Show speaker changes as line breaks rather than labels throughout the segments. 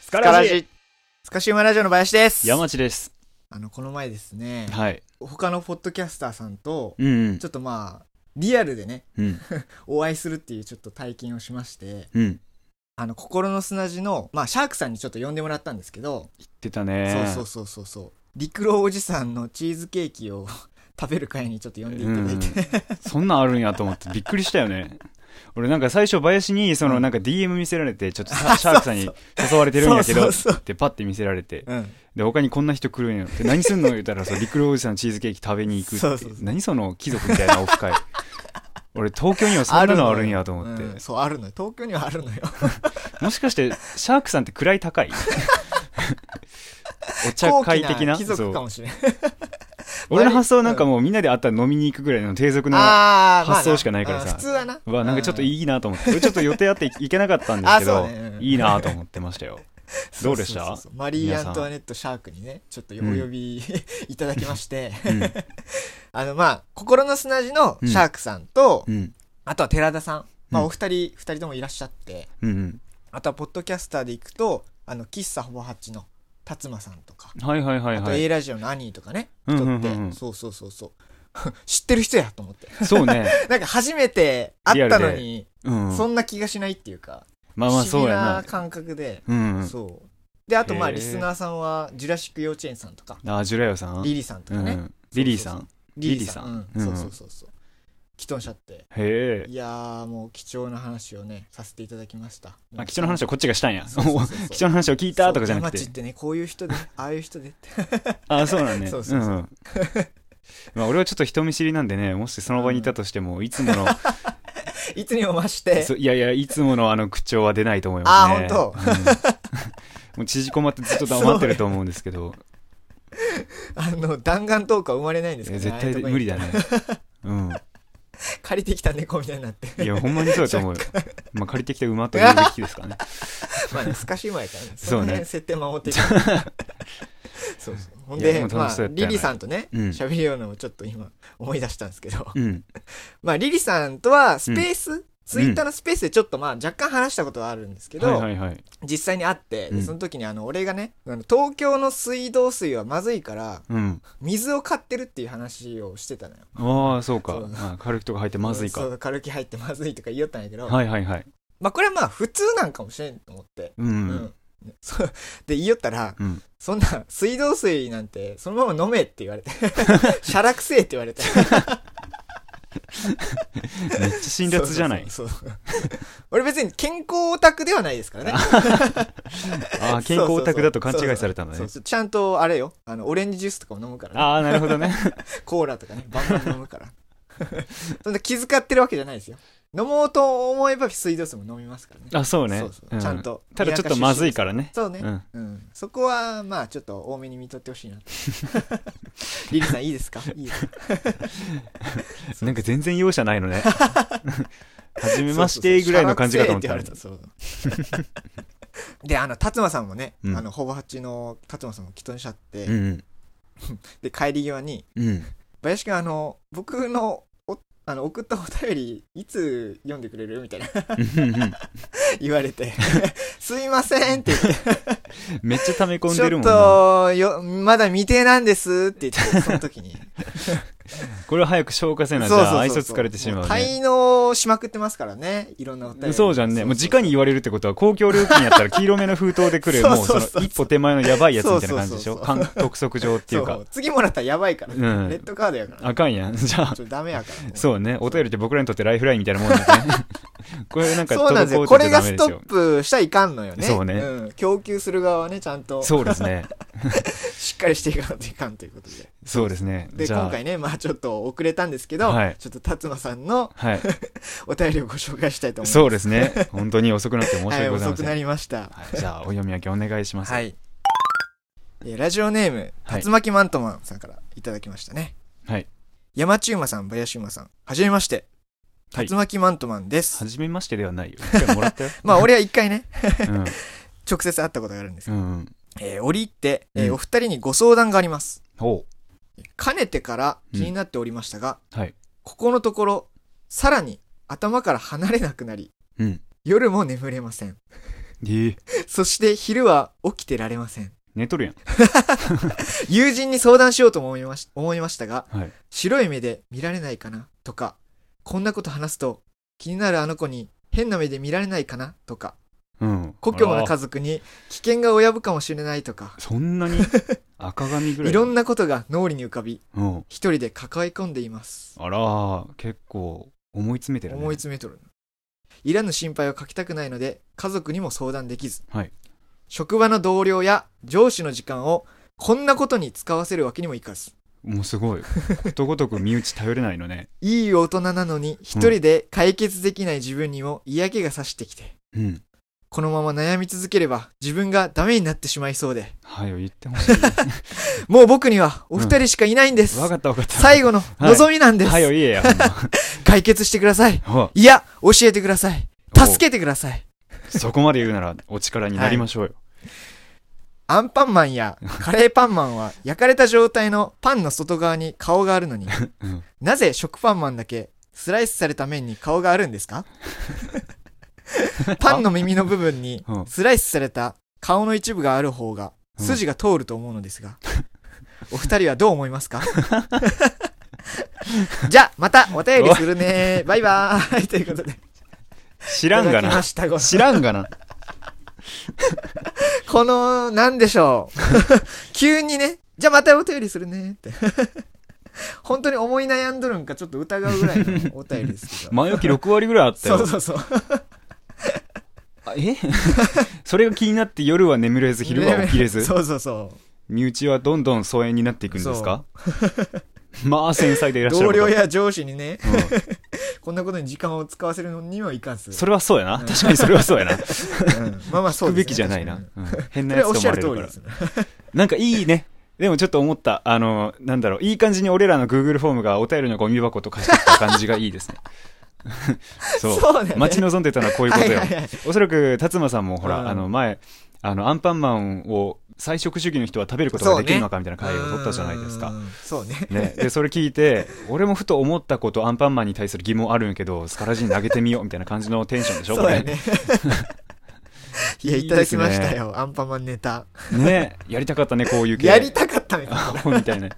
スカ
カ
ラ
ラ
ジ
ジ
スカシウマラジオの林です。
山地です。
あの、この前ですね、
はい。
他のポッドキャスターさんと、
うんうん
ちょっとまあ、リアルでね、
うん。
お会いするっていうちょっと体験をしまして、
うん。言
あの、心の砂地の、まあ、シャークさんにちょっと呼んでもらったんですけど、
ってたね。
そうそうそうそうそう、陸郎おじさんのチーズケーキを 食べる会にちょっと呼んでいただいて、
そんなんあるんやと思ってびっくりしたよね。俺なんか最初林にそのなんか DM 見せられてちょっとさシャークさんに誘われてるんやけど
そう
っ
そうそう。
てパッて見せられて
うん、
で他にこんな人来るんやって何すんの言うたらそう陸郎おじさんのチーズケーキ食べに行くって
そうそうそう
何その貴族みたいなオフ会俺東京にはそんなのあるんやと思って、
うんそうあるのよ東京にはあるのよ
もしかしてシャークさんって位高いお茶
高
会
貴
的な
貴
そ
族
う
かもしれない
俺の発想はなんかもうみんなで会ったら飲みに行くぐらいの低俗な
あーまあな
発想しかないからさ
うん普通はな
はなんかちょっと
い
いいなと思 って、ちょっと予定あって行けなかったんですけ
あ
ど、
そうねうん
いいなと思ってまし たよ。どうでした
そそそそマリー・
皆さん
アントワネット・シャークにねちょっとお呼び、いただきまして
うん、
あのまあ心の砂地のシャークさんと、
うん、
あとは寺田さん、まあ、
うん
お二人、二人ともいらっしゃって
うん、
あとはポッドキャスターでいくとあの喫茶ほぼ八の辰馬さんとか、
うん。はいは いはい
あと
は
A
い。
ラジオのアニーとかね
うん
人って、
うんうんうん
そうそうそうそう 知ってる人やと思って
そうね。
なんか初めて会ったのに、
うん。
そんな気がしないっていうか、
まあま
不
あ
思
そう
議
や
な
な。
感覚で、
うんうん。
そうであとまあ
へー
リスナーさんはジュラシック幼稚園さんとか
あ、ジュラヨさん。
リリさんと
う
か
んう
ね、
ん。リリーさ
そ
ん。
リリ
リリさん
うん
うん
そうそうそうそうきとんしゃって
へえ。
いやーもう貴重な話をねさせていただきました
あ、貴重な話はこっちがしたんや。
そう そうそうそう
貴重な話を聞いたとかじゃなく
そう山
て
地っ。てねこういう人でああいう人でって
あ、そうなんね。
そうそうそう
うんうん。まあ俺はちょっと人見知りなんでね、もしその場にいたとしても、いつもの、
いつにも増して
そいやいや、いつものあの口調は出ないと思い
あ
ますね。
ーほんと
うんもう縮こまってずっと黙ってると思うんですけど、
あの弾丸トークは生まれないんですけ
え
ど、
絶
ああい
対
うとこに
無理だね。うん。
借りてきた猫みたいになって
いや、ほんまにそうだと思うよ。まあ、借りてきた馬と言うべきですからね。
まあねすかし馬やからね
そう
の
ね
辺設定守ってい かないそうそうほん
いや
で
もう楽しそう
ま
やっ
あ
たよね
リリさんとね
うん
喋るようなのをちょっと今思い出したんですけど
うん。
まあ、リリさんとはスペース、ツイッターのスペースでちょっとまあ若干話したことはあるんですけど、
はいはいはい。
実際に会って、で
うん
その時にあの俺がねあの東京の水道水はまずいから
うん。
水を買ってるっていう話をしてたのよ。
ああ、そうか。
そう
まあ、軽くとか入ってまずい
そ
か。
う軽気入ってまずいとか言いよったんやけど、
はいはいはい。
まあこれはまあ普通なんかもしれんと思って。
うん。
うそうで言いよったら、
うん
そんな水道水なんてそのまま飲めって言わ れてしゃらくせえって言われて
めっちゃ辛辣じゃない。
そうそうそうそう俺別に健康オタクではないですからね
ああ、健康オタクだと勘違いされたの
そう
ね。
そうちゃんとあれよあのオレンジジュースとかも飲むから、ね、
ああ、なるほどね。
コーラとかねバンバン飲むから そんな気遣ってるわけじゃないですよ飲もうと思えば水道水も飲みますからね
あ、そうね
そうそう。ちゃんと
ただちょっとまずいからね。
そうね、
うん。
うんそこはまあちょっと多めに見とってほしいなと リリさんいいですかいいですか
なんか全然容赦ない のね。はじめましてぐらいの感じかと思った。
そうそうそうしゃらくせえって言わ れたそうであの辰馬さんもね、
うん
あのほぼ八の辰馬さんもきっとにしちゃって、
うん
で帰り際に
うん。うん。
林くんあの僕のおあの送ったお便りいつ読んでくれるみたいな
うんうん
言われ て「すいません」って言って
めっちゃ溜め
「
込ん
ち
でる
ょ
も
っ
んな。
とよまだ未定なんです」って言ってその 時に
これを早く消化せなじゃ愛想疲れてしまうね。
滞納しまくってますからねいろんなお便り
そうじゃんね。もう直に言われるってことは公共料金やったら黄色めの封筒で来る、
そう
もう
そ
そう
そう
の一歩手前のやばいやつみたいな感じでしょ
そうそうそう
感督促状っていうか
そう。次もらったらやばいから、ね
うん
レッドカードやから、
あかんやん。 じゃあ
ち、ょっとダメやからもう
そうね。お便りって僕らにとってライフラインみたいなもん だね。これなんか
そうなんですよ
滞
こ
って
れ
ちゃダ
がス
メで
ト
すよ
ッ。プしたらいかんのよね
そうね
ん供給する側はねちゃんと
そうですね。
しっかりしていかないといかんということで
そうですね。
で
じゃ
今
あ、
回ねまあちょっと遅れたんですけど、
はい
ちょっと辰馬さんの
はい。
お便りをご紹介したいと思います
そうですね。 本当に遅くなって申し訳ござい
はい、遅
ま
く
せん。
な
はい
りました
じゃあ、お読み上げお願いします。
は。い、えーラジオネーム
はい
竜巻マントマンさんからいただきましたね
はい
山中馬さん林馬さんはじめまして
はい
竜巻マントマンです、。
はじめましてではないよ。一回もらったよ
まあ俺は一回ね
うん。
直接会ったことがあるんですけ
う
ど、
んうん。
えー折り入って、えー
うん
お二人にご相談があります
ほ
かねてから気になっておりましたが、
うんはい
ここのところさらに頭から離れなくなり
う。うん。
夜も眠れません
ええ
そして昼は起きてられません。
寝とるやん。
友人に相談しようとも思いまし思いましたが、
はい。
白い目で見られないかなとか、こんなこと話すと気になるあの子に変な目で見られないかなとか、
うん。
故郷の
あら
家族に危険が及ぶかもしれないとか、
そん なに赤髪ぐらい。
いろんなことが脳裏に浮かび、
うん。
一人で抱え込んでいます。
あら、結構思い詰めてるね。
思い詰めとる。いらぬ心配をかけたくないので、家族にも相談できず、
はい
職場の同僚や上司の時間をこんなことに使わせるわけにもいかず、
もうすごい。ことごとく身内頼れないのね。
いい大人なのに一人で解決できない自分にも嫌気がさしてきて、
うん。
このまま悩み続ければ自分がダメになってしまいそうで、
はい、言ってほしい。
もう僕にはお二人しかいないんです。
わかったわかった。
最後の望みなんです。
はい、いいや。
解決してください。
ほんま
いや、教えてください。
お
助けてください。
そこまで言うならお力になりましょうよ。
アンパンマンやカレーパンマンは焼かれた状態のパンの外側に顔があるのに、
うん
なぜ食パンマンだけスライスされた面に顔があるんですかパンの耳の部分に
うん
スライスされた顔の一部がある方が
うん
筋が通ると思うのですが、お二人はどう思いますか じゃあ、またお便りするね。バイバーイ。ということで。
知らんが
いただきま
な。
したご
知らんがな。
この、なんでしょう。 急にね、じゃあまたお便りするねって。 本当に思い悩んどるんかちょっと疑うぐらいの お便りですけど。
前置き6割ぐらいあった
そ
よ
う。そうそう。
あえ それが気になって夜は眠れず昼は起きれず、
そうそうそ
身内はどんどん疎遠になっていくんですか まあ繊細でいら
う。
っしゃ
同
ること
僚や上司にね、
うん
こんなことに時間を使わせるのにはいかず。
それはそうやな確かにそれ はそうやな聞
うんまあまあそう
く
ですね
べきじゃないな
確かに
うん変
そ
な
れ
や
はおっ
つ
し
と
ゃ
思わ
る
れ
通
る
り
か
で
ら
すね。
なんかいいねでもちょっと思ったあのなんだろういい感じに俺らの Google フォームがお便りのゴミ箱と化してきた感じがい いですねそう
そうだね。
待ち
の
望んでたのはこういうことよ
はいはいはい
おそらく辰馬さんもほら、
うん
あの前あのアンパンマンを菜食主義の人は食べることができるのかみたいな会を取ったじゃないですか、。
うんそうね。
ね、でそれ聞いて俺もふと思ったことアンパンマンに対する疑問あるんやけどスカラジに投げてみようみたいな感じのテンションでしょ
そうや
こ
ね。いや、いただきましたよ。アンパンマンネタ。
れねやりたかったねこういう系
やりたかったね。
アホみたいな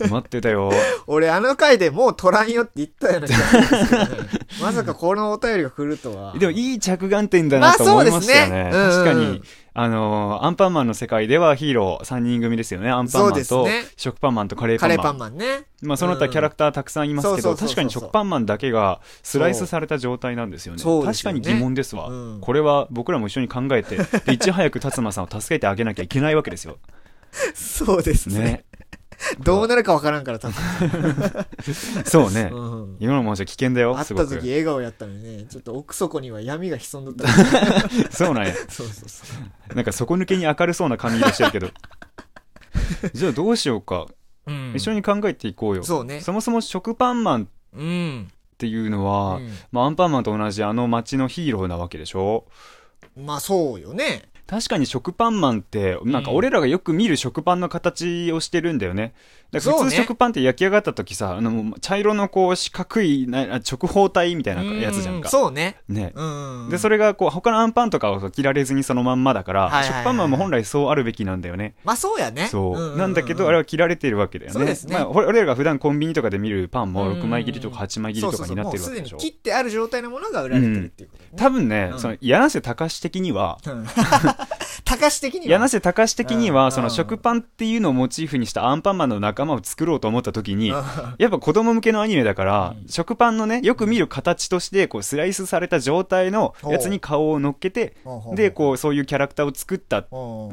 待ってたよ
俺、あの回でもう取らんよって言ったような気がするんです けどねまさかこのお便りが来るとは。
でもいい着眼点だなと思いましたよ
ま
ね,、
あそうですね
確かに、
うんうん
あのアンパンマンの世界ではヒーロー3人組ですよねアンパン
そう
マンと
ですね
食パンマンとカレーパ
カレ
ンマン
ーパンマンね。
まあ、その他キャラクターたくさんいますけど、
うんそうそうそうそう
確かに食パンマンだけがスライスされた状態なんですよね
そうです
確
よ
か
ね
に疑問ですわ、
うん
これは僕らも一緒に考えてでいち早く辰馬さんを助けてあげなきゃいけないわけですよ
そうですね。
ね
どうなるかわからんから、多分。
そうね
うん
今のもじゃ危険だよ
会っ
すご
た
く
時笑顔やったのにね、ちょっと奥底には闇が潜んどったから。
そうなんや
そうそうそ
なんか底抜けに明るそうな髪色してる けどじゃあどうしようか、
う。うん
一緒に考えていこうよ
そうね。
そもそも食パンマンっ
うん。
ていうのは、
う
まあ、アンパンマンと同じあの街のヒーローなわけでしょ
んまあ、そうよね。
確かに食パンマンってなんか俺らがよく見る食パンの形をしてるんだよね、だから
そうね
普通食パンって焼き上がった時さあのもう茶色のこう四角いな直方体みたいなやつじゃん
う
か
そうね。
ね
うん。
でそれがこう他のアンパンとかは切られずにそのまんまだから、
はいはいはい
食パンマンも本来そうあるべきなんだよね
まあ、そうやね。
そう,、
ううう
なんだけどあれは切られてるわけだよね
そうですね
まあ、俺俺らが普段コンビニとかで見るパン
うん
も
うんうん
6枚切りとか8枚切りとかになってるわ
そうそう
けでし
そうも
ょ
うすでに切ってある状態のものが売られてるっていうことね、
多分ね、
うん
その柳瀬隆史的には
うん 高橋的には
柳瀬隆史的には、
うん
そ
うん
の食パンっていうのをモチーフにしたアンパンマンの仲間を作ろうと思った時に、
うん
やっぱ子供向けのアニメだから、
うん
食パンのね、よく見る形として、こう、スライスされた状態のやつに顔を乗っけて、で、こう、そういうキャラクターを作った。
う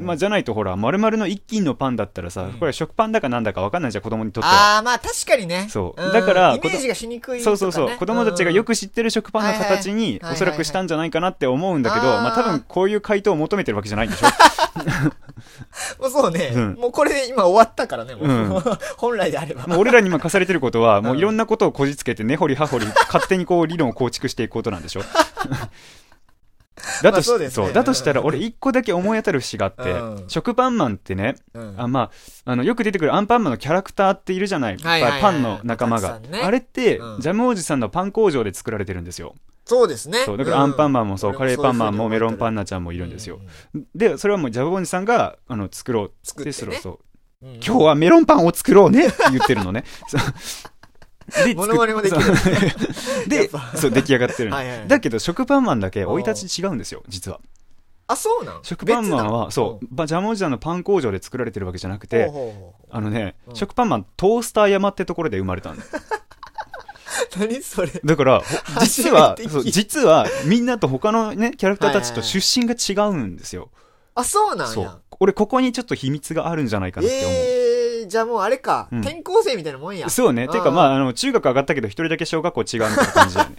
まあ、じゃないとほら、丸々の一斤のパンだったらさ、
うん
これ食パンだかなんだかわかんないじゃん、子供にとっては。
ああまあ確かにね
そうんだから
イメージがしにくいとか
そ
ね
うそうそう、子供たちがよく知ってる食パンの形に、
はいはい
おそらくしたんじゃないかなって思うんだけど、
はいはい
まあ多分こういう回答を求めてるわけじゃないんでしょ
もうそうね、
うん
もうこれで今終わったからねもう、
うん
本来であれば
もう俺らに今課されてることは、もううんいろんなことをこじつけて、根掘り葉 掘り、勝手にこう理論を構築していくことなんでしょだとし
そうですね
そうだとしたら、俺一個だけ思い当たる節があって、
うん
食パンマンってね、
うん
あまあ、あのよく出てくるアンパンマンのキャラクターっているじゃない、
はいはいはい
パンの仲間
た
が、
くさんね
あれって、
うん
ジャムおじさんのパン工場で作られてるんですよ
そうですね
そうだからアンパンマンもそう、
うん
カレーパンマンもメ
俺もそ
ロ
ういうふうに思ってる
ンパンナちゃんもいるんですよ
う、
でそれはもうジャブボンジさんがあの作ろう
作っ
で
て
そ
ね
うそう
うんうん
今日はメロンパンを作ろうねって言ってる のねそうで
モノマネもできる
そう
やっ
で
ぱ
そう出来上がってるの
はいはいはい
だけど食パンマンだけ生い立ち違うんですよ実は
あそうなん
食パンマンは
別な
そうばジャムおじさんのパン工場で作られてるわけじゃなくて
ほうほうほ
あのね、
うん
食パンマントースター山ってところで生まれたんだ
う 何それ
だから ほ実は
初めて聞いた
そう実はみんなと他のねキャラクターたちと
はいはい
出身が違うんですよ、
あそうなん
そ
や
う俺ここにちょっと秘密があるんじゃないかなって思う、
ええー、じゃあもうあれか、
うん
転校生みたいなもんや
そうね。てか、まあ、あの、中学上がったけど、一人だけ小学校違うみたいな感じだよね。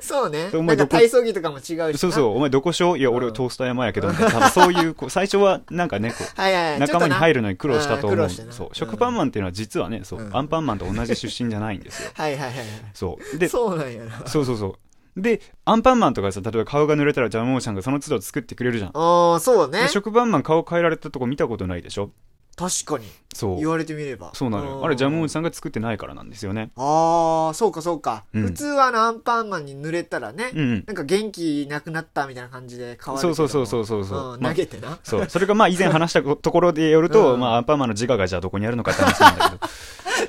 そうねな
お
ん
前
か
どこ
体操着とかも違うしな
そうそう、お前どこしょういや、俺
うん
トースター山やけど、み たいな多分そういう、こう、最初はなんかね、こう、
はいはいはい
仲間に入
る
るのに苦労したと
あー
思
苦労
う。
してな
そう
う。ん
食パンマンっていうのは実はね、そう、
うん。
アンパンマンと同じ出身じゃないんですよ
はいはいはい
そう。
はい
で、そ
そうなんやな
うそうそう。で、アンパンマンとかさ、例えば顔が濡れたらジャムおじさんがその都度作ってくれるじゃん。
ああそうね
で食パンマン顔変えられたとこ見たことないでしょ
確かに
そ
言
う。
われてみれば
そうなのよ。あれ、ジャムおじ
ん
さんが作ってないからなんですよね。
ああそうかそうか、
うん
普通はあのアンパンマンに濡れたらね、
うんうん。
なんか元気なくなったみたいな感じで変わるけど
そう
も
そうそうそうそうそう。
ん
まあ
投げてな、
そう。それがまあ以前話したこところでよると、
うん
まあアンパンマンの自我がじゃあどこにあるのかって話なんだけど、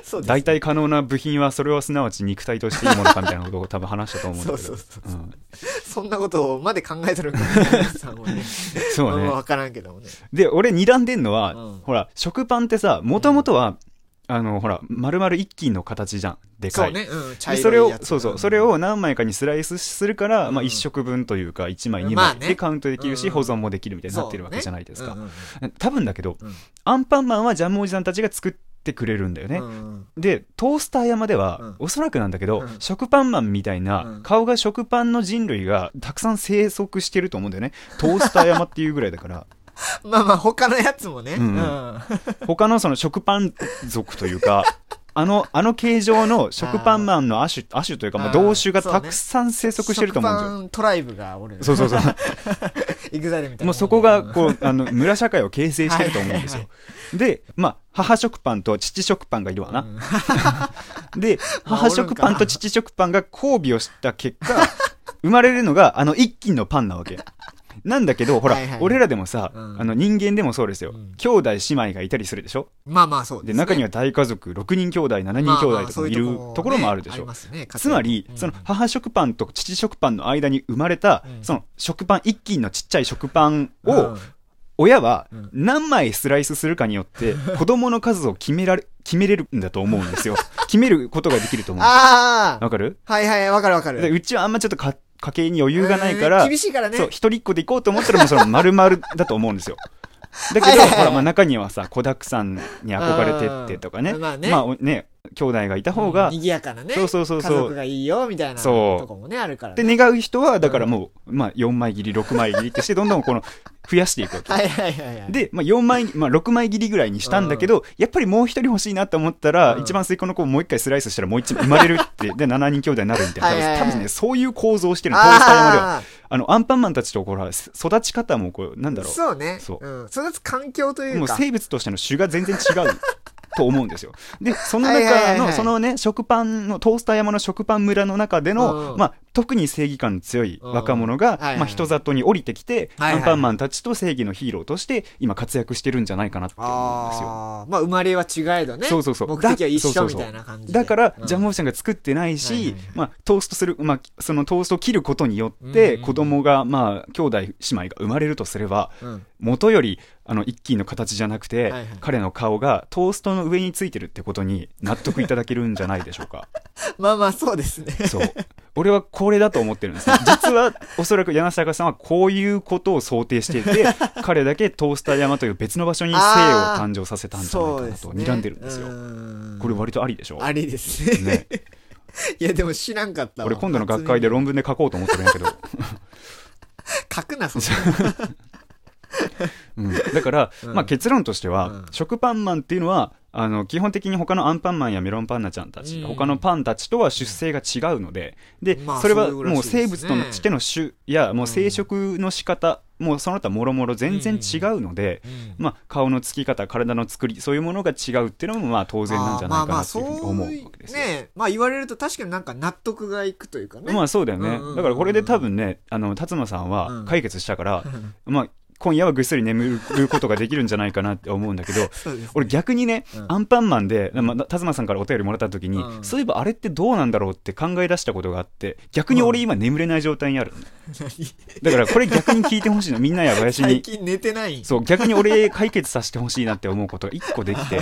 そうです
大体可能な部品はそれはすなわち肉体としていいものかみたいなことを多分話したと思うんだ
そう
け
そ
ど
う。そう、
うん
そんなことまで考えてるんか なさんもね
そう
まあ
ね。
わからんけどもね
で、俺睨んでんのは、
うん
ほら、食パンってさ、もともとは、あの、ほら、丸々一斤の形じゃん。でか
そう
い。
ね、うん、茶色
で
い
それを
や、つ
そうそう、それを何枚かにスライスするから、
うん
まあ1食分というか、1枚
まあ
2枚
ね
でカウントできる
う
し、
ん
保存もできるみたいになってるわけじゃないです
そう
か。
ね
多分だけど、
うん
アンパンマンはジャムおじさんたちが作ってくれるんだよ
うん
ね。
うんうんうん
でトースター山では、
うん
おそらくなんだけど、
うん
食パンマンみたいな、
うん
顔が食パンの人類がたくさん生息してると思うんだよねトースター山っていうぐらいだから
まあまあ他のやつもね、
うんうん
うん
他のその食パン族というかあのあの形状の食パンマンの亜種亜種というか、まあ、
あー
同種が
そうね
たくさん生息してると思うんですよ。
食パントライブがおる
そうそうそう
イグザイルみたいな
もうそこがこうあの村社会を形成してると思うんですよ
は。
で、まあ、母食パンと父食パンがいるわな。
うん
で、
まあ
母食パンと父食パンが交尾をした結果、生まれるのがあの一斤のパンなわけ。なんだけど、ほら、
はいはい
俺らでもさ、
うん
あの人間でもそうですよ、
うん
兄弟姉妹がいたりするでしょ
まあまあそう
で、
ですね
中には大家族、6人兄弟、7人
まあ
兄
まあ
弟と
そ
か
う
いうるところもあるでし
ね
ょ。
りますね
つまり、
家庭
その母食パンと父食パンの間に生まれた、
うん
その食パン、一斤のちっちゃい食パン
うん
を、
うん
親は
うん
何枚スライスするかに よって、子供の数を決められ、決めれるんだと思うんですよ。決めることができると思うんです
ああ
わかる
はいはいわかるわかる
でうちはあんまちょっとか家計に余裕がないから、
うん厳しいからね
そう、一人っ子で行こうと思ったらもうその丸々だと思うんで すよ。だけど、
はいはいはい
ほら、まあ中にはさ、子だくさんに憧れてってとかね。
うんまあね
まあおね、兄弟がいた方が、
賑やかなね
そうそうそう
家
そ
族
う。
がいいよみたいな
そう
とこもねあるから
で、
ね
願う人は、だからもう、まあ4枚切り、6枚切りってして、どんどんこの、増やしていくわけ。
はいはいはいはい
で、まあ、4枚、まあ、6枚切りぐらいにしたんだけど、やっぱりもう一人欲しいなと思ったら、
うん
一番末っ子の子をもう一回スライスしたらもう一枚生まれ るって、で、7人兄弟になるみたいな。
はいはいはい
多分ね、そういう構造をしてるの、トースター山では。
あ
あの、アンパンマンたちと、こうほら、す育ち方も、こう、なんだ
あ
ろ
そうね
そうん。
育つ環境といううか
もう生物としての種が全然違 う。と思うんですよでその
はいはいは
中
いは
の
い
そのね食パンのトースター山の食パン村の中での、
うん
まあ、特に正義感の強い若者
うん、
が
はいはい
まあ、人里に降りてきて、
はいはい
アンパンマンたちと正義のヒーローとして今活躍してるんじゃないかなって思うんですよ。
ああまあ生まれは違えどね
そうそうそう
目的は一
だそ
緒
う
み
そうそ
た
う
いな感じで
だから、
うん
ジャムオーシャンが作ってないし、
はいはいはい
まあ、トーストする、まあ、そのトーストを切ることによって、
うんうん
子供が、まあ、兄弟姉妹が生まれるとすれば、
うん
元よりあの一気の形じゃなくて、
はいはい
彼の顔がトーストの上についてるってことに納得いただけるんじゃないでしょう か
まあまあそうです ね
そう俺はこれだと思ってるんですね実はおそらく柳坂さんはこういうことを想定して いて彼だけトースター山という別の場所に生を誕生させたんじゃないかなと睨んでるんですよ
よ
これ割とありでしょ
ありですね
ね
いやでも知らんかったわ
俺今度の学会で論文で書こうと思ってるんやけど、
書くなそんな
うん、だから、
うん
まあ、結論としては、
うん
食パンマンっていうのはあの基本的に他のアンパンマンやメロンパンナちゃんたち、
うん
他のパンたちとは出生が違うのでで、
まあ
それは
そうらしい
もう生物と
ですね
しての種やもう生殖の仕方、もうその他もろもろ全然違うので、まあ、顔のつき方体の作りそういうものが違うっていうのもまあ当然なんじゃないかなというふうに思うわけですよ。
ねまあ言われると確かになんか納得がいくというかね、
まあそうだよね、
うんうんうんうん
だからこれで多分ねあの辰馬さんは解決した から、まあ今夜はぐっすり眠ることができるんじゃないかなって思うんだけど
そうです
俺逆にね、
うん
アンパンマンで、まあ、辰馬さんからお便りもらった時に、
うん
そういえばあれってどうなんだろうって考え出したことがあって逆に俺今眠れない状態にある、 だからこれ逆に聞いてほしいのみんなや林
最
に
近寝てない
そう逆に俺解決させてほしいなって思うことが1個で きてっ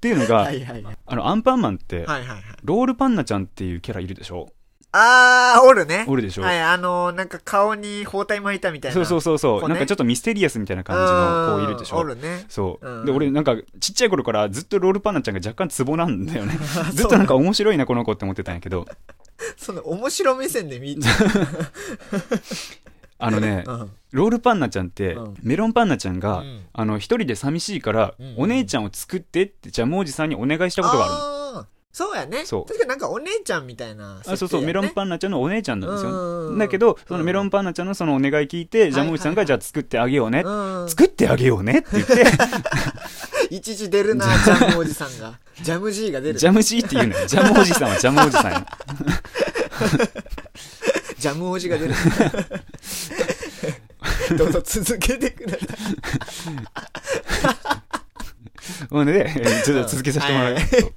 ていうのが、
はいはいはい
あのアンパンマンって、
はいはいはい
ロールパンナちゃんっていうキャラいるでしょ
あーおるね
おるでしょ
はいあのーなんか顔に包帯巻いたみたいな
そうそう
そ
そうそう、
こうね
なんかちょっとミステリアスみたいな感じの子いるでし
お
ょ
るね
そう、
うん
で俺なんかちっちゃい頃からずっとロールパンナちゃんが若干ツボなんだよね
そう
ずっとなんか面白いなこの子って思ってたんやけど
その面白目線で見て、
あのね、
うん
ロールパンナちゃんって、
うん
メロンパンナちゃんが、
うん
あの一人で寂しいから、
うん
お姉ちゃんを作ってってジャムおじさんにお願いしたことがあるの
あーそうやね
そう
確かになんかお姉ちゃんみたいな設定やね、
あそうそうメロンパンナちゃんのお姉ちゃんなんですよ、
うん
だけどそのメロンパンナちゃんのそのお願い聞いて、
い
ジャムおじさんがじゃあ作ってあげようね、
うん
作ってあげようねって言って
一時出るなジャムおじさんがジャム G が出る
ジ
ジャ
ャム G って言う のよジャムおじさんはジャムおじさんや
ムおじが 出るどうぞ続けてください
ほんで、えーちょっと続けさせてもらう。
はい
そう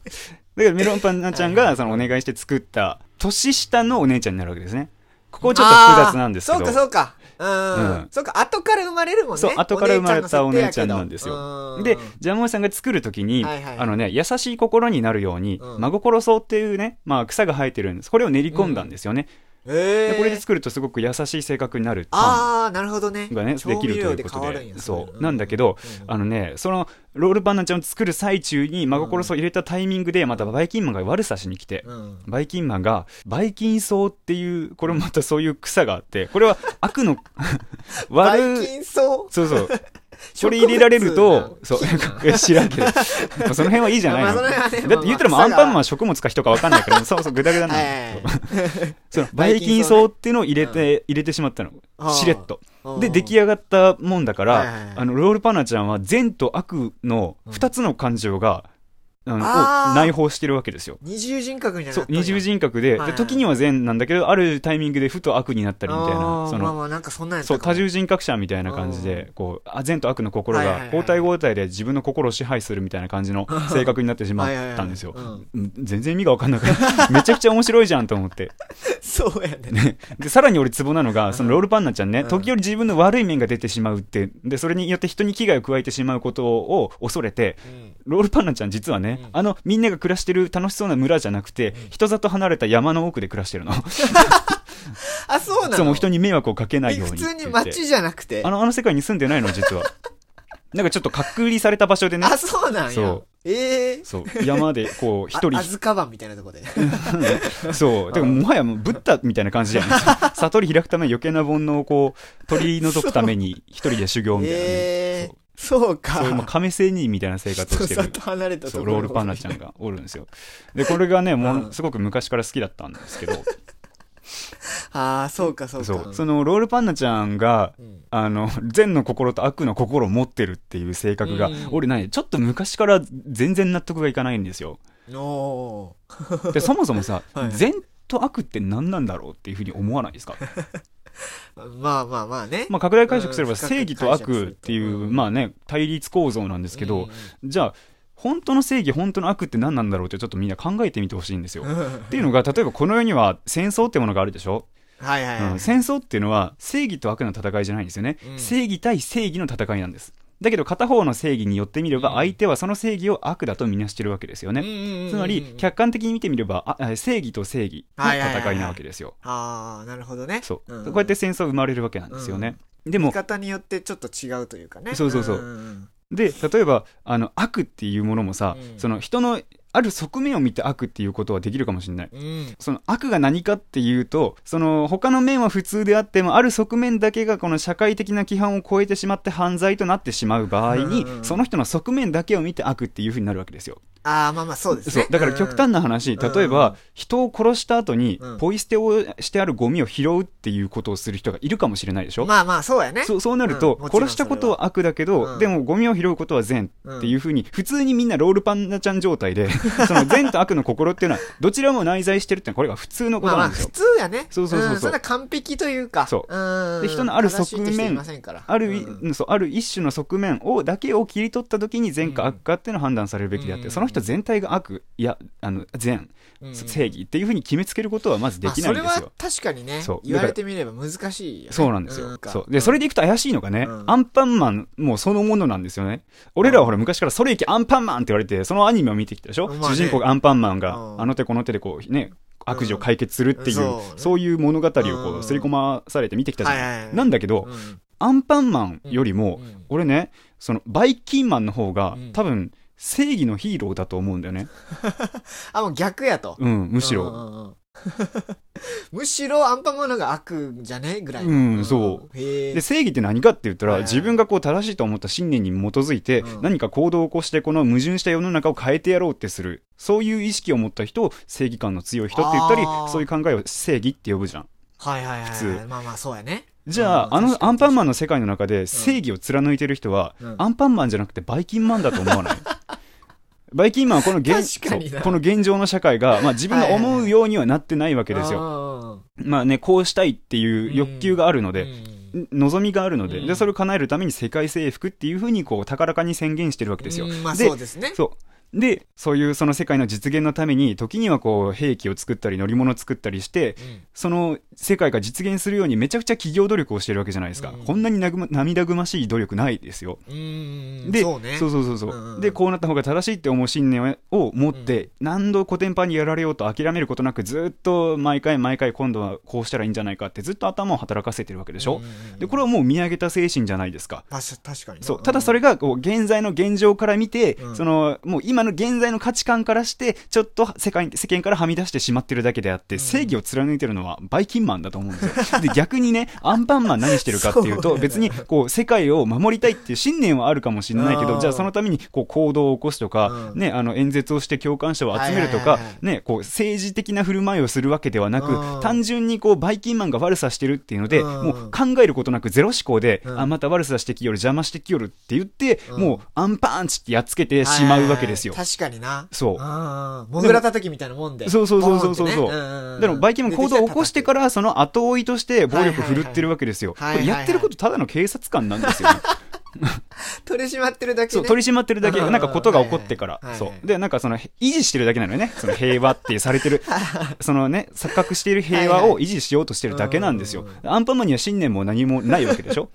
だからメロンパンナちゃんがそのお願いして作った年下のお姉ちゃんになるわけですね。ここちょっと複雑なんですけ
あー
ど。
そうかそうかうん、
うん
そうか後から生まれるもんね
そう後から生まれたお姉ちゃん
の
なんですよ
設定やけど
で
うん、
ジャムおじさんが作る時に、
はいはい
あのね、優しい心になるように、
うん
真心草っていうね、まあ草が生えてるんです。これを練り込んだんですよね。
えー、
でこれで作るとすごく優しい性格になるっていう
ああなるほどね
がね、できるとい
調味
うこと
料変わるん
で。
や
そう。
れ
なんだけど、
うん
あのね、その、ロールバナちゃんを作る最中に、真心草を入れたタイミングで、またバイキンマンが悪さしに来て、
うん
バイキンマンが、バイキン草っていう、これもまたそういう草があって、これは 悪の、
バ
悪
イ
い、
キンソ
そ うそう、これ入れられると、そう、 いや知ら んけど、まあその辺はいいじゃない
まあ
の。
その辺はね
だって言ったらもうアンパンマンは
ン
食物か人か分かんない から、そうそう、ぐだぐだなのそのバ
バ
イ
イ
キ
キ
ン
ン
草
草
っていうのを入れて、入れてしまったの
あ。ー
しれっと。で、出来上がったもんだか
はいはいは
ら
い、
あの、ロールパナちゃんは善と悪の2つの感情が、あの
あ
を
ー
内包してるわけですよ。
二重人格みたいに
そ
なっ
う
とんや
二重人格で,、
はい
で時には善なんだけどあるタイミングでふと悪になったりみたい
あ
な
ー
その、
まあまあなんかそんなんやった
そう
かも
多重人格者みたいな感じでこうあ善と悪の心
はいはいはい
が交代交代で自分の心を支配するみたいな感じの性格になってしまったんですよ。
はいはいはいはい
うん全然意味が分かんなくて めちゃくちゃ面白いじゃんと思って
そうやね
でさらに俺ツボなのがそのロールパンナちゃんね
うん
時折自分の悪い面が出てしまうってでそれによって人に危害を加えてしまうことを恐れてロールパンナちゃん実はね、
うん
あのみんなが暮らしてる楽しそうな村じゃなくて、人里離れた山の奥で暮らしてるのい
あそう な
つも
の
人に迷惑をかけないように
普通
って言って
に街じゃなくて
あのあの世界に住んでないの実 はなんかちょっと隔離された場所でね
あそうなん
そ
や
う
ええ
そう山でこう一
あ
人
ずかばんみたいなとこ で
そうでももはやもうブッダみたいな感じじゃない 悟り開くために余計な煩悩をこう取り除くために一人で修行みたいなね、
ええそうか
そういうもう亀仙人みたいな生活をして
人
る
里離れたと
そ
こ
う
ろ
ロールパンナちゃんがおるんですよでこれがねも
う
うんすごく昔から好きだったんですけど
ああそうかそうか
そうそのロールパンナちゃんが
うん
あの善の心と悪の心を持ってるっていう性格が、
うん
俺ねちょっと昔から全然納得がいかないんですよ
おー
でそもそもさ
はい
善と悪って何なんだろうっていうふうに思わないですか、
まあまあまあね
まあ、拡大解釈すれば
うん
正義と悪っていう、
うん
まあね対立構造なんですけど、じゃあ本当の正義本当の悪って何なんだろうってちょっとみんな考えてみてほしいんですよ
うんうん
っていうのが例えばこの世には戦争ってものがあるでしょ、
はいはい
うん
はい
戦争っていうのは正義と悪の戦いじゃないんですよね、
うん
正義対正義の戦いなんですだけど片方の正義によってみれば
うん
相手はその正義を悪だとみなしてるわけですよね、つ
つ
まり客観的に見てみればああ正義と正義の戦いなわけですよ、
ああなるほどね
そう、
んん
こうやって戦争生まれるわけなんですよね、で
見
も
方によってちょっと違うというかね
そうそうそうん
ん
で例えばあの悪っていうものもさ、
うん
その人のある側面を見て悪っていうことはできるかもしれない
うんうん
その悪が何かっていうとその他の面は普通であってもある側面だけがこの社会的な規範を超えてしまって犯罪となってしまう場合に、
うん
その人の側面だけを見て悪っていうふうになるわけですよ
ああまあまあそうです
そう
ね
だから極端な話、
うん
例えば人を殺した後に
うん
ポイ捨てをしてあるゴミを拾うっていうことをする人がいるかもしれないでしょ、
まあまあそうやね
そうそうなると、
うんもちろん
殺したことは悪だけど、
うん
でもゴミを拾うことは善っていうふうに、普通にみんなロールパンナちゃん 状態でその善と悪の心っていうのはどちらも内在してるってのはこれが普通のこ
まあ
と
ま
な
あ
んです
普
よ。
通やね
そうそうそうそうん
そんな完璧というか
そう
うん
で人のある側
正
面
しいとしていませんから
あるい
うん
そうある一種の側面をだけを切り取った時に善か悪かっていうのを判断されるべきであって、
うん
その人全体が悪いやあの善、
うん
正義っていうふうに決めつけることはまずできないんですよ。
まあそれは確かにね
そう
言われてみれば難しいよね
そうなんですよ。そうで、
ん
それでいくと怪しいのがね、
うん
アンパンマンもうそのものなんですよね。俺らはほら昔からそれいけアンパンマンって言われて、そのアニメを見てきたでしょ、
まあね
主人公がアンパンマン
う
が
ん
あの手この手でこうね、悪事を解決するってい
う
う、
ん
そう
そう
いう物語をこ
う
うん刷り込まされて見てきたじゃん。
はいはいはい
なんだけど、
うん
アンパンマンよりも、
うん
俺ね、そのバイキンマンの方が、
うん
多分正義のヒーローだと思うんだよね。
あもう逆やと
うん、むしろ。
うんうんうん むしろアンパンマンの方が悪じゃねぐらいの
うんそう
へえ
で正義って何かって言ったら、
はいはい
自分がこう正しいと思った信念に基づいて、
うん
何か行動を起こしてこの矛盾した世の中を変えてやろうってするそういう意識を持った人を正義感の強い人って言ったり
あー
そういう考えを正義って呼ぶじゃん
はいはいはいはい
普通
まあまあそうやね
じゃあ、
うん確
あの
かに
アンパンマンの世界の中で正義を貫いてる人は、
うん
アンパンマンじゃなくてバイキンマンだと思 わないバイキンマンはこの現
確かにな
そうこの現状の社会が、まあ、自分が思うようにはなってないわけですよ、
よ
まあね、こうしたいっていう欲求があるので、望みがあるので,、
うん
でそれを叶えるために世界征服っていうふうにこう高らかに宣言してるわけですよ。
まあ
で
そうですね
そうでそういうその世界の実現のために時にはこう兵器を作ったり乗り物を作ったりして
うん
その世界が実現するようにめちゃくちゃ企業努力をしてるわけじゃないですか、
うん
こんなになぐま涙ぐましい努力ないですよ。
うん
で
そうね
そうそうそうそう
うんうんうん
でこうなった方が正しいって思う信念を持って、何度古典版にやられようと諦めることなくずっと毎回毎回今度はこうしたらいいんじゃないかってずっと頭を働かせてるわけでしょ、
うんうんうん
でこれはもう見上げた精神じゃないですか。
確確かにな
そうただそれがこう現在の現状から見て、
うん
そのもう今の現在の価値観からしてちょっと世界世間からはみ出してしまってるだけであって、
ん
正義を貫いてるのはバイキンマンだと思うん ですよで逆にねアンパンマン何してるかっていう
そう
と
ね
別にこう世界を守りたいっていう信念はあるかもしれないけ
う
ど
ん
じゃあそのためにこう行動を起こすとか、
うん
ね、あの演説をして共感者を集めるとか、
はいはいはいはい
ね、こう政治的な振る舞いをするわけではなく、
うん
単純にこうバイキンマンが悪さしてるっていうので、
うん
もう考えることなくゼロ思考で、
うん
あまた悪さしてきよる邪魔してきよるって言って、
うん
もうアンパンチってやっつけて
て
しまうわけですよ。
確かにな
そう
あーもぐらたたきみたいなもんで
そうそうそうそうそうそう
ポーンってねんんん
だからバイキンマン行動を起こしてからその後追いとして暴力を振るってるわけですよ。こ
はいはい
れ
はい
やってることただの警察官なんですよ。
取り締まってるだけ
そ
ね
う取り締まってるだけ
うん
なんかことが起こってから
はいはい
そ
はいう
でなんかそのへ維持してるだけなのよねその平和ってされ てるそのね錯覚している平和を維持しようとしてるだけなんですよ
はいはい
アンパンマンには信念も何もないわ けでしょ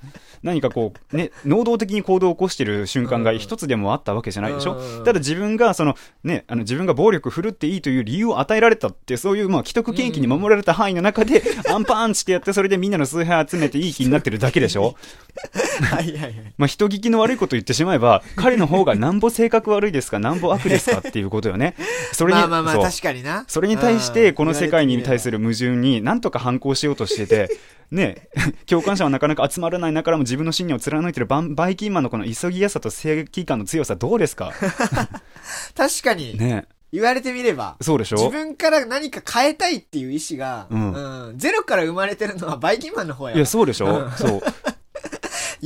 何かこうね能動的に行動を起こしてる瞬間が一つでもあったわけじゃないでしょ
うん
ただ自分がそのねあの自分が暴力振るっていいという理由を与えられたってそういうまあ既得権益に守られた範囲の中でアンパンチってやってそれでみんなの崇拝集めていい気になってるだけでしょ
はいはいはい
まあ、人聞きの悪いこと言ってしまえ ば、彼の方がなんぼ性格悪いですか、なんぼ悪ですかっていうことよね。それに、
まあまあまあ
そう
確かにな
それに対して、この世界に対す
る
る矛盾に、なんとか反抗しようとしてて、 ね、共感者はなかなか集まらない中からも自分の信念を貫いてるバンバイキンマンのこの急ぎやさと正義感の強さ、どうで すか
確かに
ね、
言われてみれば
そうでし
自
ょ
分から何か変えたいっていう意志が、
う
うんんゼロから生まれてるのはバイキンマンの方や
いや、そうでしょ、
うん
そう。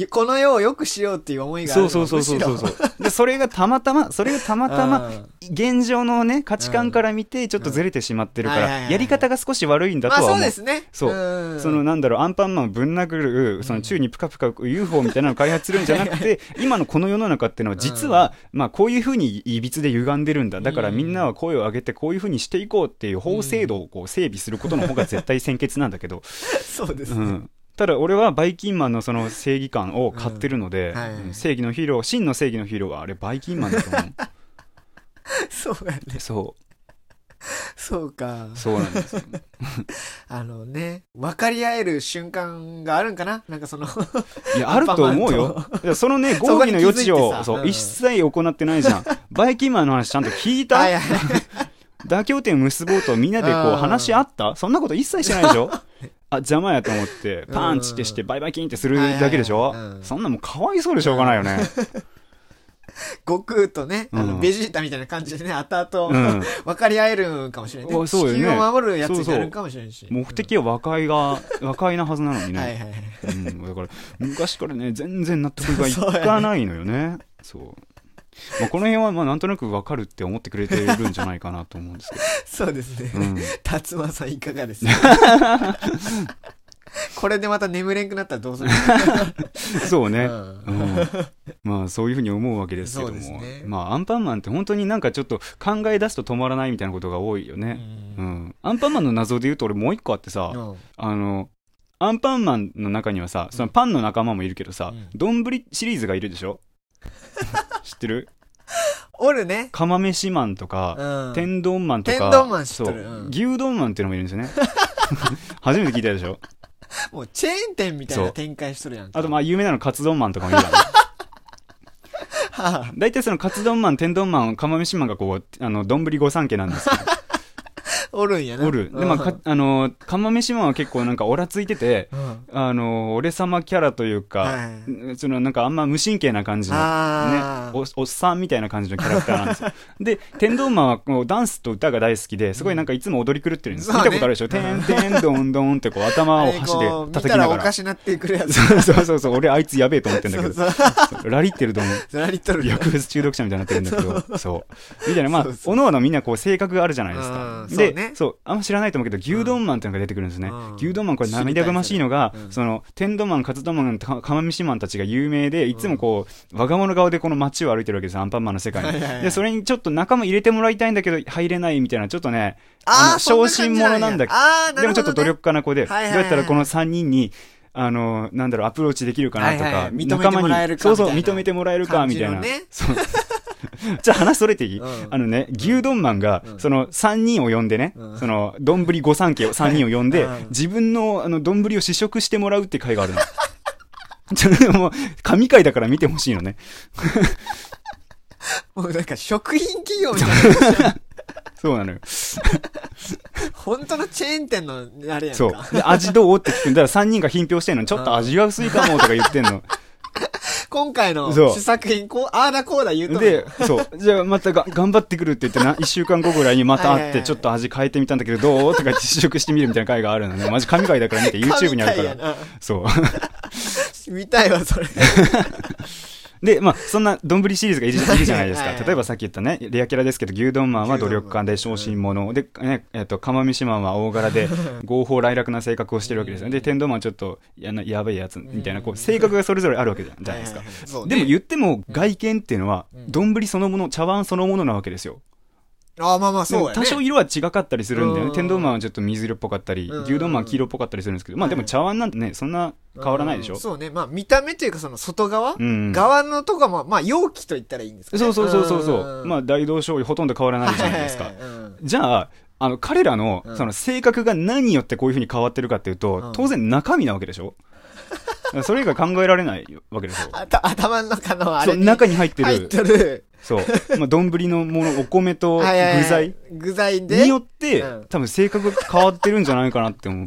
この世を良くしようっていう思いがある
そ
の
うそうそうそうそうそうでそれがたまたまそれがたまたま
うん
現状のね価値観から見てちょっとずれてしまってるか
うんはいはいはいは
ら
い
やり方が少し悪いんだ
むしろまあ
とは
そう
思う
ですね
そ
うん
うそのなんだろうアンパンマンをぶん殴るその宙にプカプカ浮く UFO みたいなのを開発するんじゃな くて今のこの世の中っていうのは実はまあこういうふうにいびつで歪んでるんだだからみんなは声を上げてこういうふうにしていこうっていう法制度をこう整備することの方が絶対先決なんだけど
そうです
う
ね、
んただ俺はバイキンマンのその正義感を買ってるので
うんはいはい
うん正義のヒーロー真の正義のヒーローはあれバイキンマンだと思う
そうやね
そ
そうか
うそうなんですよ
あのね分かり合える瞬間があるんかななんか その
いや、あると思うよ。いやそのね、合議の
そこに
余地
気づいて
を
さ
そう、
うん
一切行ってないじゃん。バイキンマンの話ちゃんと聞い
はい
た
はいはい
妥協点結ぼうとみんなでこ
う
うん話し合ったそんなこと一切してないで しょあ、邪魔やと思って、パンチってしてバイバイキンってするだけでし
はい
ょ
はいはいうん
そんなもうかわいそうでしょうがないよね。
悟空とね、あ
う
の
ん
ベジータみたいな感じでね、後
う
々、
ん、
分かり合えるんかもしれない、ね
おそうよね
地球を守るやつになるんかもしれないし。
目的は和解 が和解なはずなのに
うん
ね、
はいはいはい。
うん、だから昔からね全然納得がい
そうやね
かないの よねそうまあ、この辺はまあなんとなくわかるって思ってくれてるんじゃないかなと思うんですけ
そうですね。
ど、うん、
辰馬さんいかがですか これでまた眠れんくなったらどうする
そうね、
うん
うん、まあそういうふうに思うわけですけども、
そうですね
まあアンパンマンって本当になんかちょっと考え出すと止まらないみたいなことが多いよね、うんアンパンマンの謎で言うと俺もう一個あってさ、
うん
あのアンパンマンの中にはさそのパンの仲間もいるけどさ
うん
丼、んぶりシリーズがいるでしょ 知ってる
おるね。
釜飯マンとか、
うん。
天丼マンとか
天丼マン知っとる
そう
うん
牛丼マンっていうのもいるんです よね初めて聞いたでしょ
もうチェーン店みたい
そ
な
う
展開しとるやんか。
あとまあ有名なのカツ丼マンとかも いるだろ
はあ
大体そのカツ丼マン天丼マン釜飯マンがこうあの丼ご三家なんですけ
おるんやな。
どおるでまあか
う
あの釜飯マンは結構なんかオラついてて
んうん
あの俺様キャラというか、
はい
そのなんかあんま無神経な感じのね
あー、
おおっさんみたいな感じのキャラクターな んですよで天童マンはこうダンスと歌が大好きですごいなんかいつも踊り狂ってるんです、
そうね
見たことあるでしょ「てんてんどんどん」ってこう頭を箸で
あれこう
叩きな
見たら
が。
おからしなってくるやつ。
そうそうそうそう俺あいつやべえと思ってんだけど
そうそう
そうラリってると思う
ずらりとるよ。
薬物中毒者みたいになってるんだけどそうみたいなまあ
そうそう
おのおのみんなこう性格があるじゃないです
う
か
ん
で
そうね
そうあんま知らないと思うけど牛丼マンっていうのが出てくるんですね、
うん
牛丼マンこれ涙ぐましいのが
知りたいそれうん
その天丼マンカツ丼マンか釜飯マンたちが有名でいつもこう、我が物顔でこの街を歩いてるわけですアンパンマンの世界に、
はいはいはい
でそれにちょっと仲間入れてもらいたいんだけど入れないみたいなちょっとね
あ
あ
あ、
の
そな感じ
小心者なんだ
やあーなる
で
ほどね
もちょっと努力家な子
は
で、
いはいはい
どうやったらこの3人にあのなんだろうアプローチできるかなとか、
はいはいはい認めて
仲間
も
に
らえるか
そうそう
みたいな
認めてもらえるかみたいな、
感じのね
そうじゃあ話それていい、
うん
あのね牛丼マンが、
うん
その3人を呼んでね、
うん
その丼御三 家を3人を呼んで、
うん
自分のあの丼を試食してもらうって会があるの ちょっともう神回だから見てほしいのね
もうなんか食品企業みた いな。
そうなのよ
本当のチェーン店のあれやんか。
そうで味どうって聞くんだから3人が品評してんのちょっと味が薄いかもとか言ってんの
今回の
そう
試作品、こう、ああだこう だ言うとる
で、そう。じゃあまたが頑張ってくるって言ってな、1週間後ぐらいにまた
は
会
い
っ
はいは
て、
い
ちょっと味変えてみたんだけど、どうとか試食してみるみたいな回があるのね。マジ神回だから見て、YouTube にあ
神
るか
回
ら。
やな
そう。
見たいわ、それ。
で、まあ、そんな丼シリーズ がいるいるじゃないです
はい
か
はい。
例えばさっき言ったね、レアキャラですけど、牛丼マンは努力家で
牛丼マン
小心者。で、ね、えっと、釜飯マンは大柄 で、合法来楽な性格をしてるわけですよ。で、天丼マンはちょっとやなやべえやつみたいな、こう、性格がそれぞれあるわけじゃないですか
は。はいはいそう
で
ね
も言っても、外見っていうのは、
ん
丼そのもの、茶碗そのものなわけですよ。
ああ、まあまあ、
で
そう
も
やね。
多少色は違かったりするんだよ
う
ね
ん
天丼マンはちょっと水色っぽかったり
うん
牛丼マンは黄色っぽかったりするんですけどまあでも茶碗なんてねそんな変わらないでしょ
うんそうね。まあ、見た目というか、その外側、
うん
側のとこは、まあ、まあ、容器と言ったらいいんですか、ね、
そうそうそうそうそうんまあ大道醤油ほとんど変わらないじゃないです
は
か
いはいはいうん
じゃああの彼らの
うん
その性格が何によってこういうふうに変わってるかっていう
う
と
ん
当然中身なわけでし ょそれ以外考えられないわけですよ
あた頭の中のあ
そ
れ
う
に
中に入って
入っ
る
てる。
そうまあ丼のものお米と具
はいはいはい
材
具材で。
によ
確
って
うん
多分性格が変わってるんじゃないかなって思う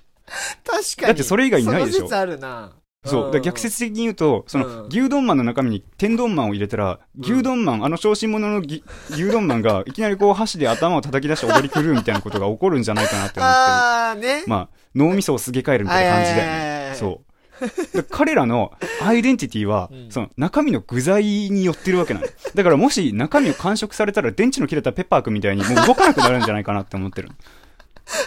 かに。
だってそれ以外にないでしょ
その説あるな。
そう、
ん
だから逆。説的に言うと、そ
う
の、
ん
牛丼マンの中身に天丼マンを入れたら、牛丼マン、あの小心者のぎ牛丼マ ンが、いきなりこう箸で頭を叩き出して踊り狂うみたいなことが起こるんじゃないかなって思っ て
ああ、ね。
る。まあ、脳みそをすげ替えるみたいな感じだよね。
よ
そう。だから彼らのアイデンティティは、
うん
その中身の具材に寄ってるわけなの。だからもし中身を完食されたら、電池の切れたペッパーくんみたいにもう動かなくなるんじゃないかなって思ってる。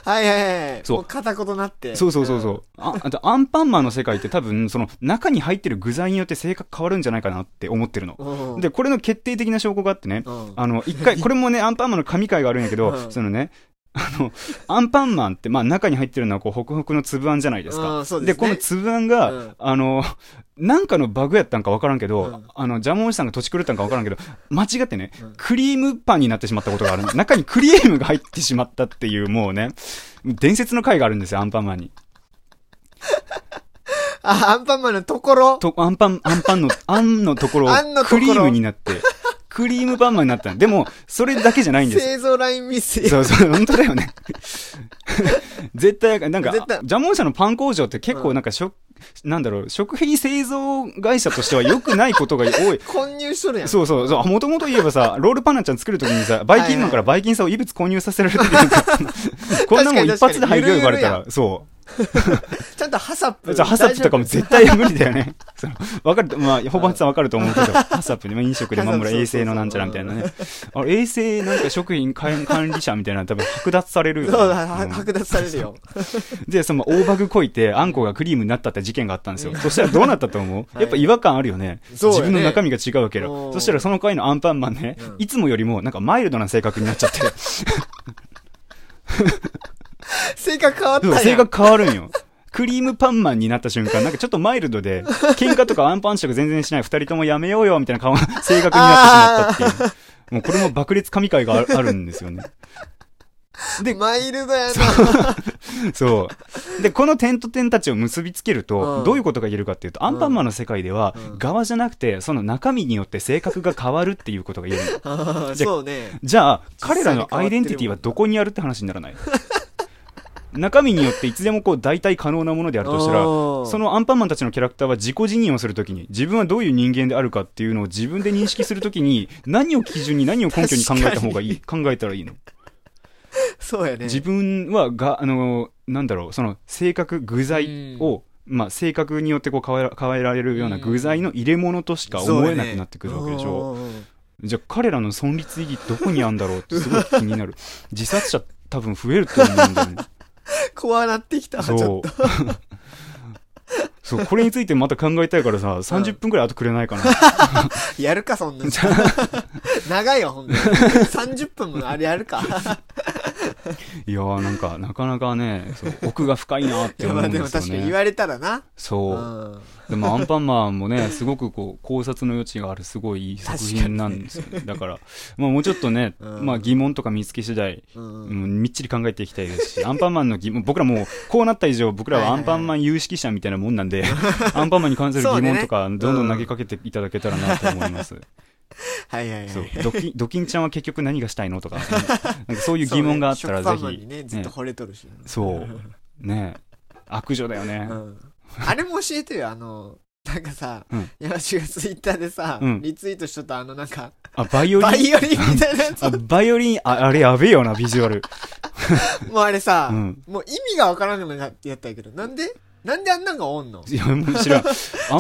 はいはいはい。
そう
もう片言なって。
そうそうそうそう。あ、あとアンパンマンの世界って多分、その中に入ってる具材によって性格変わるんじゃないかなって思ってるの。
うん。うん、
で、これの決定的な証拠があってね、
うん
あの、一回、これもね、アンパンマンの神回があるんやけど、
うん
そのね、あの、アンパンマンって、まあ中に入ってるのは、こう、ホクホクの粒あんじゃないです
うん
か。
そうですね
で、この粒あんが、
うん
あの、なんかのバグやったんかわからんけど、
うん
あの、ジャムおじさんが土地狂ったんかわからんけど、間違ってね、
うん
クリームパンになってしまったことがあるんです。中にクリームが入ってしまったっていう、もうね、伝説の回があるんですよ、アンパンマンに。
あ、アンパンマンのところ。
と、アンパン、アンパ ンの、あんのところを
あんのとこ
ク
ろ
リームになって、クリームパンマンになったのでも、それだけじゃないんです。
製造ラインミス。
そうそう、本当だよね。絶対、なんか
絶対、。
ジャムおじさんのパン工場って結構なんか食、なんだろう、食品製造会社としては良くないことが多い
混入しとるやん
そうそうそう、もともと言えばさ、ロールパンナちゃん作るときにさ、バイキンマンからバイキンさんを異物購入させられてるやんかこんなもん一発で入るよ言われ
確
た、
かに確から
そう。
ちゃんとハサップ
じゃあハサップとかも絶対無理だよね。そのわかる、まあ、ほぼさんわかると思うけど、ハサップね、まあ飲食で守る衛生のなんちゃらみたいなね。あ衛生なんか食品管管理者みたいなの多分剥奪されるよ、ね。
そうだは
うん
剥奪されるよ
で、その大バグこいて、あんこがクリームになったって事件があったんですよ。そしたらどうなったと思う
はい
やっぱ違和感あるよね。
そうよ
自
ね
分の中身が違うけ
うん
ど。そしたらその回のアンパンマンね
うん、
いつもよりもなんかマイルドな性格になっち ゃって、
性格変わった
そ
や
うん性格変わるんよ。クリームパンマンになった瞬間、なんかちょっとマイルドで、喧嘩とかアンパン食全然しない二人ともやめようよ、みたいな顔、性格になってしまったっていう。もうこれも爆裂神回があるあるんですよね。
マイルドやな
そう。で、この点と点たちを結びつけると、
うん
どういうことが言えるかっていうと、アンパンマンの世界では、
うん
側じゃなくて、その中身によって性格が変わるっていうことが言えるの。
あー
じゃあ
そうね
じゃあ、
実際に
彼らのアイデンティティはどこにあるって話にならない。 中身によっていつでもこう代替可能なものであるとしたら、
おー
そのアンパンマンたちのキャラクターは自己辞任をするときに自分はどういう人間であるかっていうのを自分で認識するときに何を基準に何を根拠に考えた方がいい考えたらいいの
そうやね
自分はがあのなんだろうその性格具材を、まあ、性格によってこう変えら変えられるような具材の入れ物としか思えなくなってくるわけでしょ、
そうやね
じゃあ彼らの存立意義どこにあんだろうってすごい気に なる自殺者多分増えると思うんだよね
うん怖なってきた ちょっ
そうそう これについてまた考えたいからさ30分くらい後くれないかな
とやるかそんな の長いよほんとに30分もあれやる か
いやーなんかなかなかねそう奥が深いなっ
い
て
や
思
ま
う
あ
ん
で
で
も
すよ
確かに言
ね。
われたらなう
そ
ん
うでもアンパンマンもねすごくこう考察の余地があるすごいいい作品なんですよ、ね、だから、まあ、もうちょっとね、
うん
まあ、疑問とか見つけ次第、
うん
うんみっちり考えていきたいですしアンパンマンの疑問僕らもうこうなった以上僕らはアンパンマン有識者みたいなも んなんでアンパンマンに関する疑問と
そう
かど
ね
んどん投げかけていただけたらなと思います。
はいはいはい
そうドキドキンちゃんは結局何がしたいのとか なんかそういう疑問があったら
そ
ぜ
うね食パンマン
ひ
に。ねずっと惚れとるし、
そう。ねえ悪女だよね
う。ん、あれも教えてよあのなんかさ、
うん
山氏がツイッターでさ、
うん
リツイートしとったあのなんか
あ、バイオリン。
バイオリンみたいな やつ
あ、バイオリン、ああれやべえよな、ビジュアル。
もうあれさ、
うん
もう意味がわからんのややったんやけどなんでなんであんなんがおんの
いや、もう知らん。アン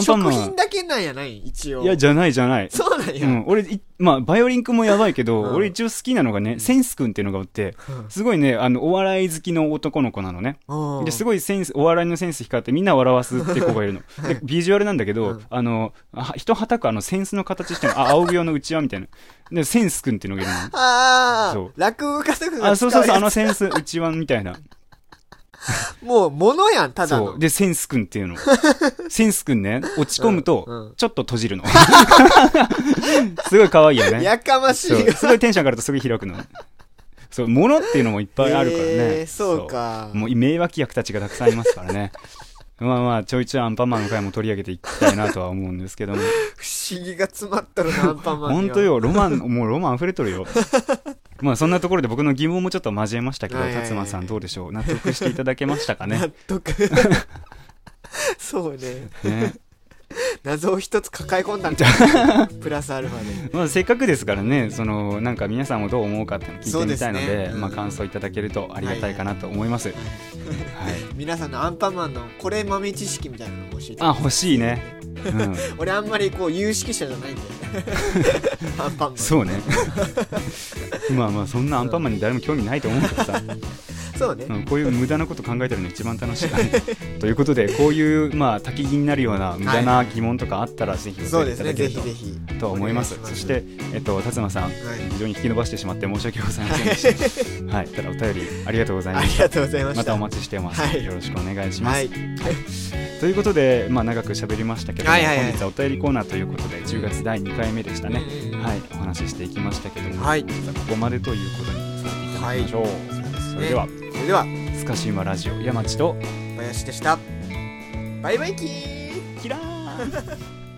パンマ
食
ン
品。だけなんやない一応
いや、じゃないじゃない。
そうなん
う
や、
ん、俺い、まあ、バイオリン君もやばいけど、
うん
俺一応好きなのがね、センス君っていうのがおって、すごいね、あの、お笑い好きの男の子なのね。
うん
ですごいセンスお笑いのセンス光ってみんな笑わすって子がいるのでビジュアルなんだけど、
うん
あのは人はたくあのセンスの形してるあ青病のうちわみたいなでセンスくんっていうのがい るの
あ
そ
あ
う
落語家とかが
あ
使
そううそうそうあのセンスうちわみたいな
もう物やんただ
そ
の
うでセンスく んっていうのセンスくんね落ち込む
うんう
と
ん
ちょっと閉じるの すごい可愛いよね
やかましい
そ
よ
うすごいテンション上がるとすぐ開くのそう物っていうのもいっぱいあるからね、
えーそうか
もう名脇役たちがたくさんいますからね。 まあまあ、ちょいちょいアンパンマンの回も取り上げていきたいなとは思うんですけども。
不思議が詰まっとるなアンパンマンには
本当よ、ロマン、もうロマン溢れとるよ。まあそんなところで僕の疑問もちょっと交えましたけど、
はいはいはい
辰馬さんどうでしょう納得していただけましたかね
納 得そうね
ね、
謎を一つ抱え込んだんじゃプラスアルファで
まあ、せっかくですからねそのなんか皆さんもどう思うかっていうのを聞いてみたいので
そうですね
まあ、感想いただけるとありがたいかなと思います、はい
皆さんのアンパンマンのこれ豆知識みたいなのも教えて
あ欲しいね、うん、
俺あんまりこう有識者じゃないん でアンパンマンそう
そ うねまあまあそんなアンパンマンに誰も興味ないと思うけどさ
ね、
うんこういう無駄なこと考えてるの一番楽しいからね ということでこういうまあ焚き火になるような無駄な疑問とかあったらぜひ
そ
お
う
便り
で
い
すね
ただ
ぜ
ける
ひ
と
ぜひ
と思います
お願
そ
し
して、えっと、辰馬さん、非常に引き延ばしてしまって申し訳ございませんでした、 はい、ただお便りありがとうござい ま
あり
す
がとうございました
またお待ちしてます、
はい
よろしくお願いします、
はい
ということで、まあ、長く喋りましたけども、
はいはいはい
本日はお便りコーナーということで10月第2回目でしたね、はい、お話ししていきましたけども、
はい
本日はここまでということにさせていただきましょう、それでは、
それでは
スカシウマラジオ山地と
林でしたバイバイキーン
キラーン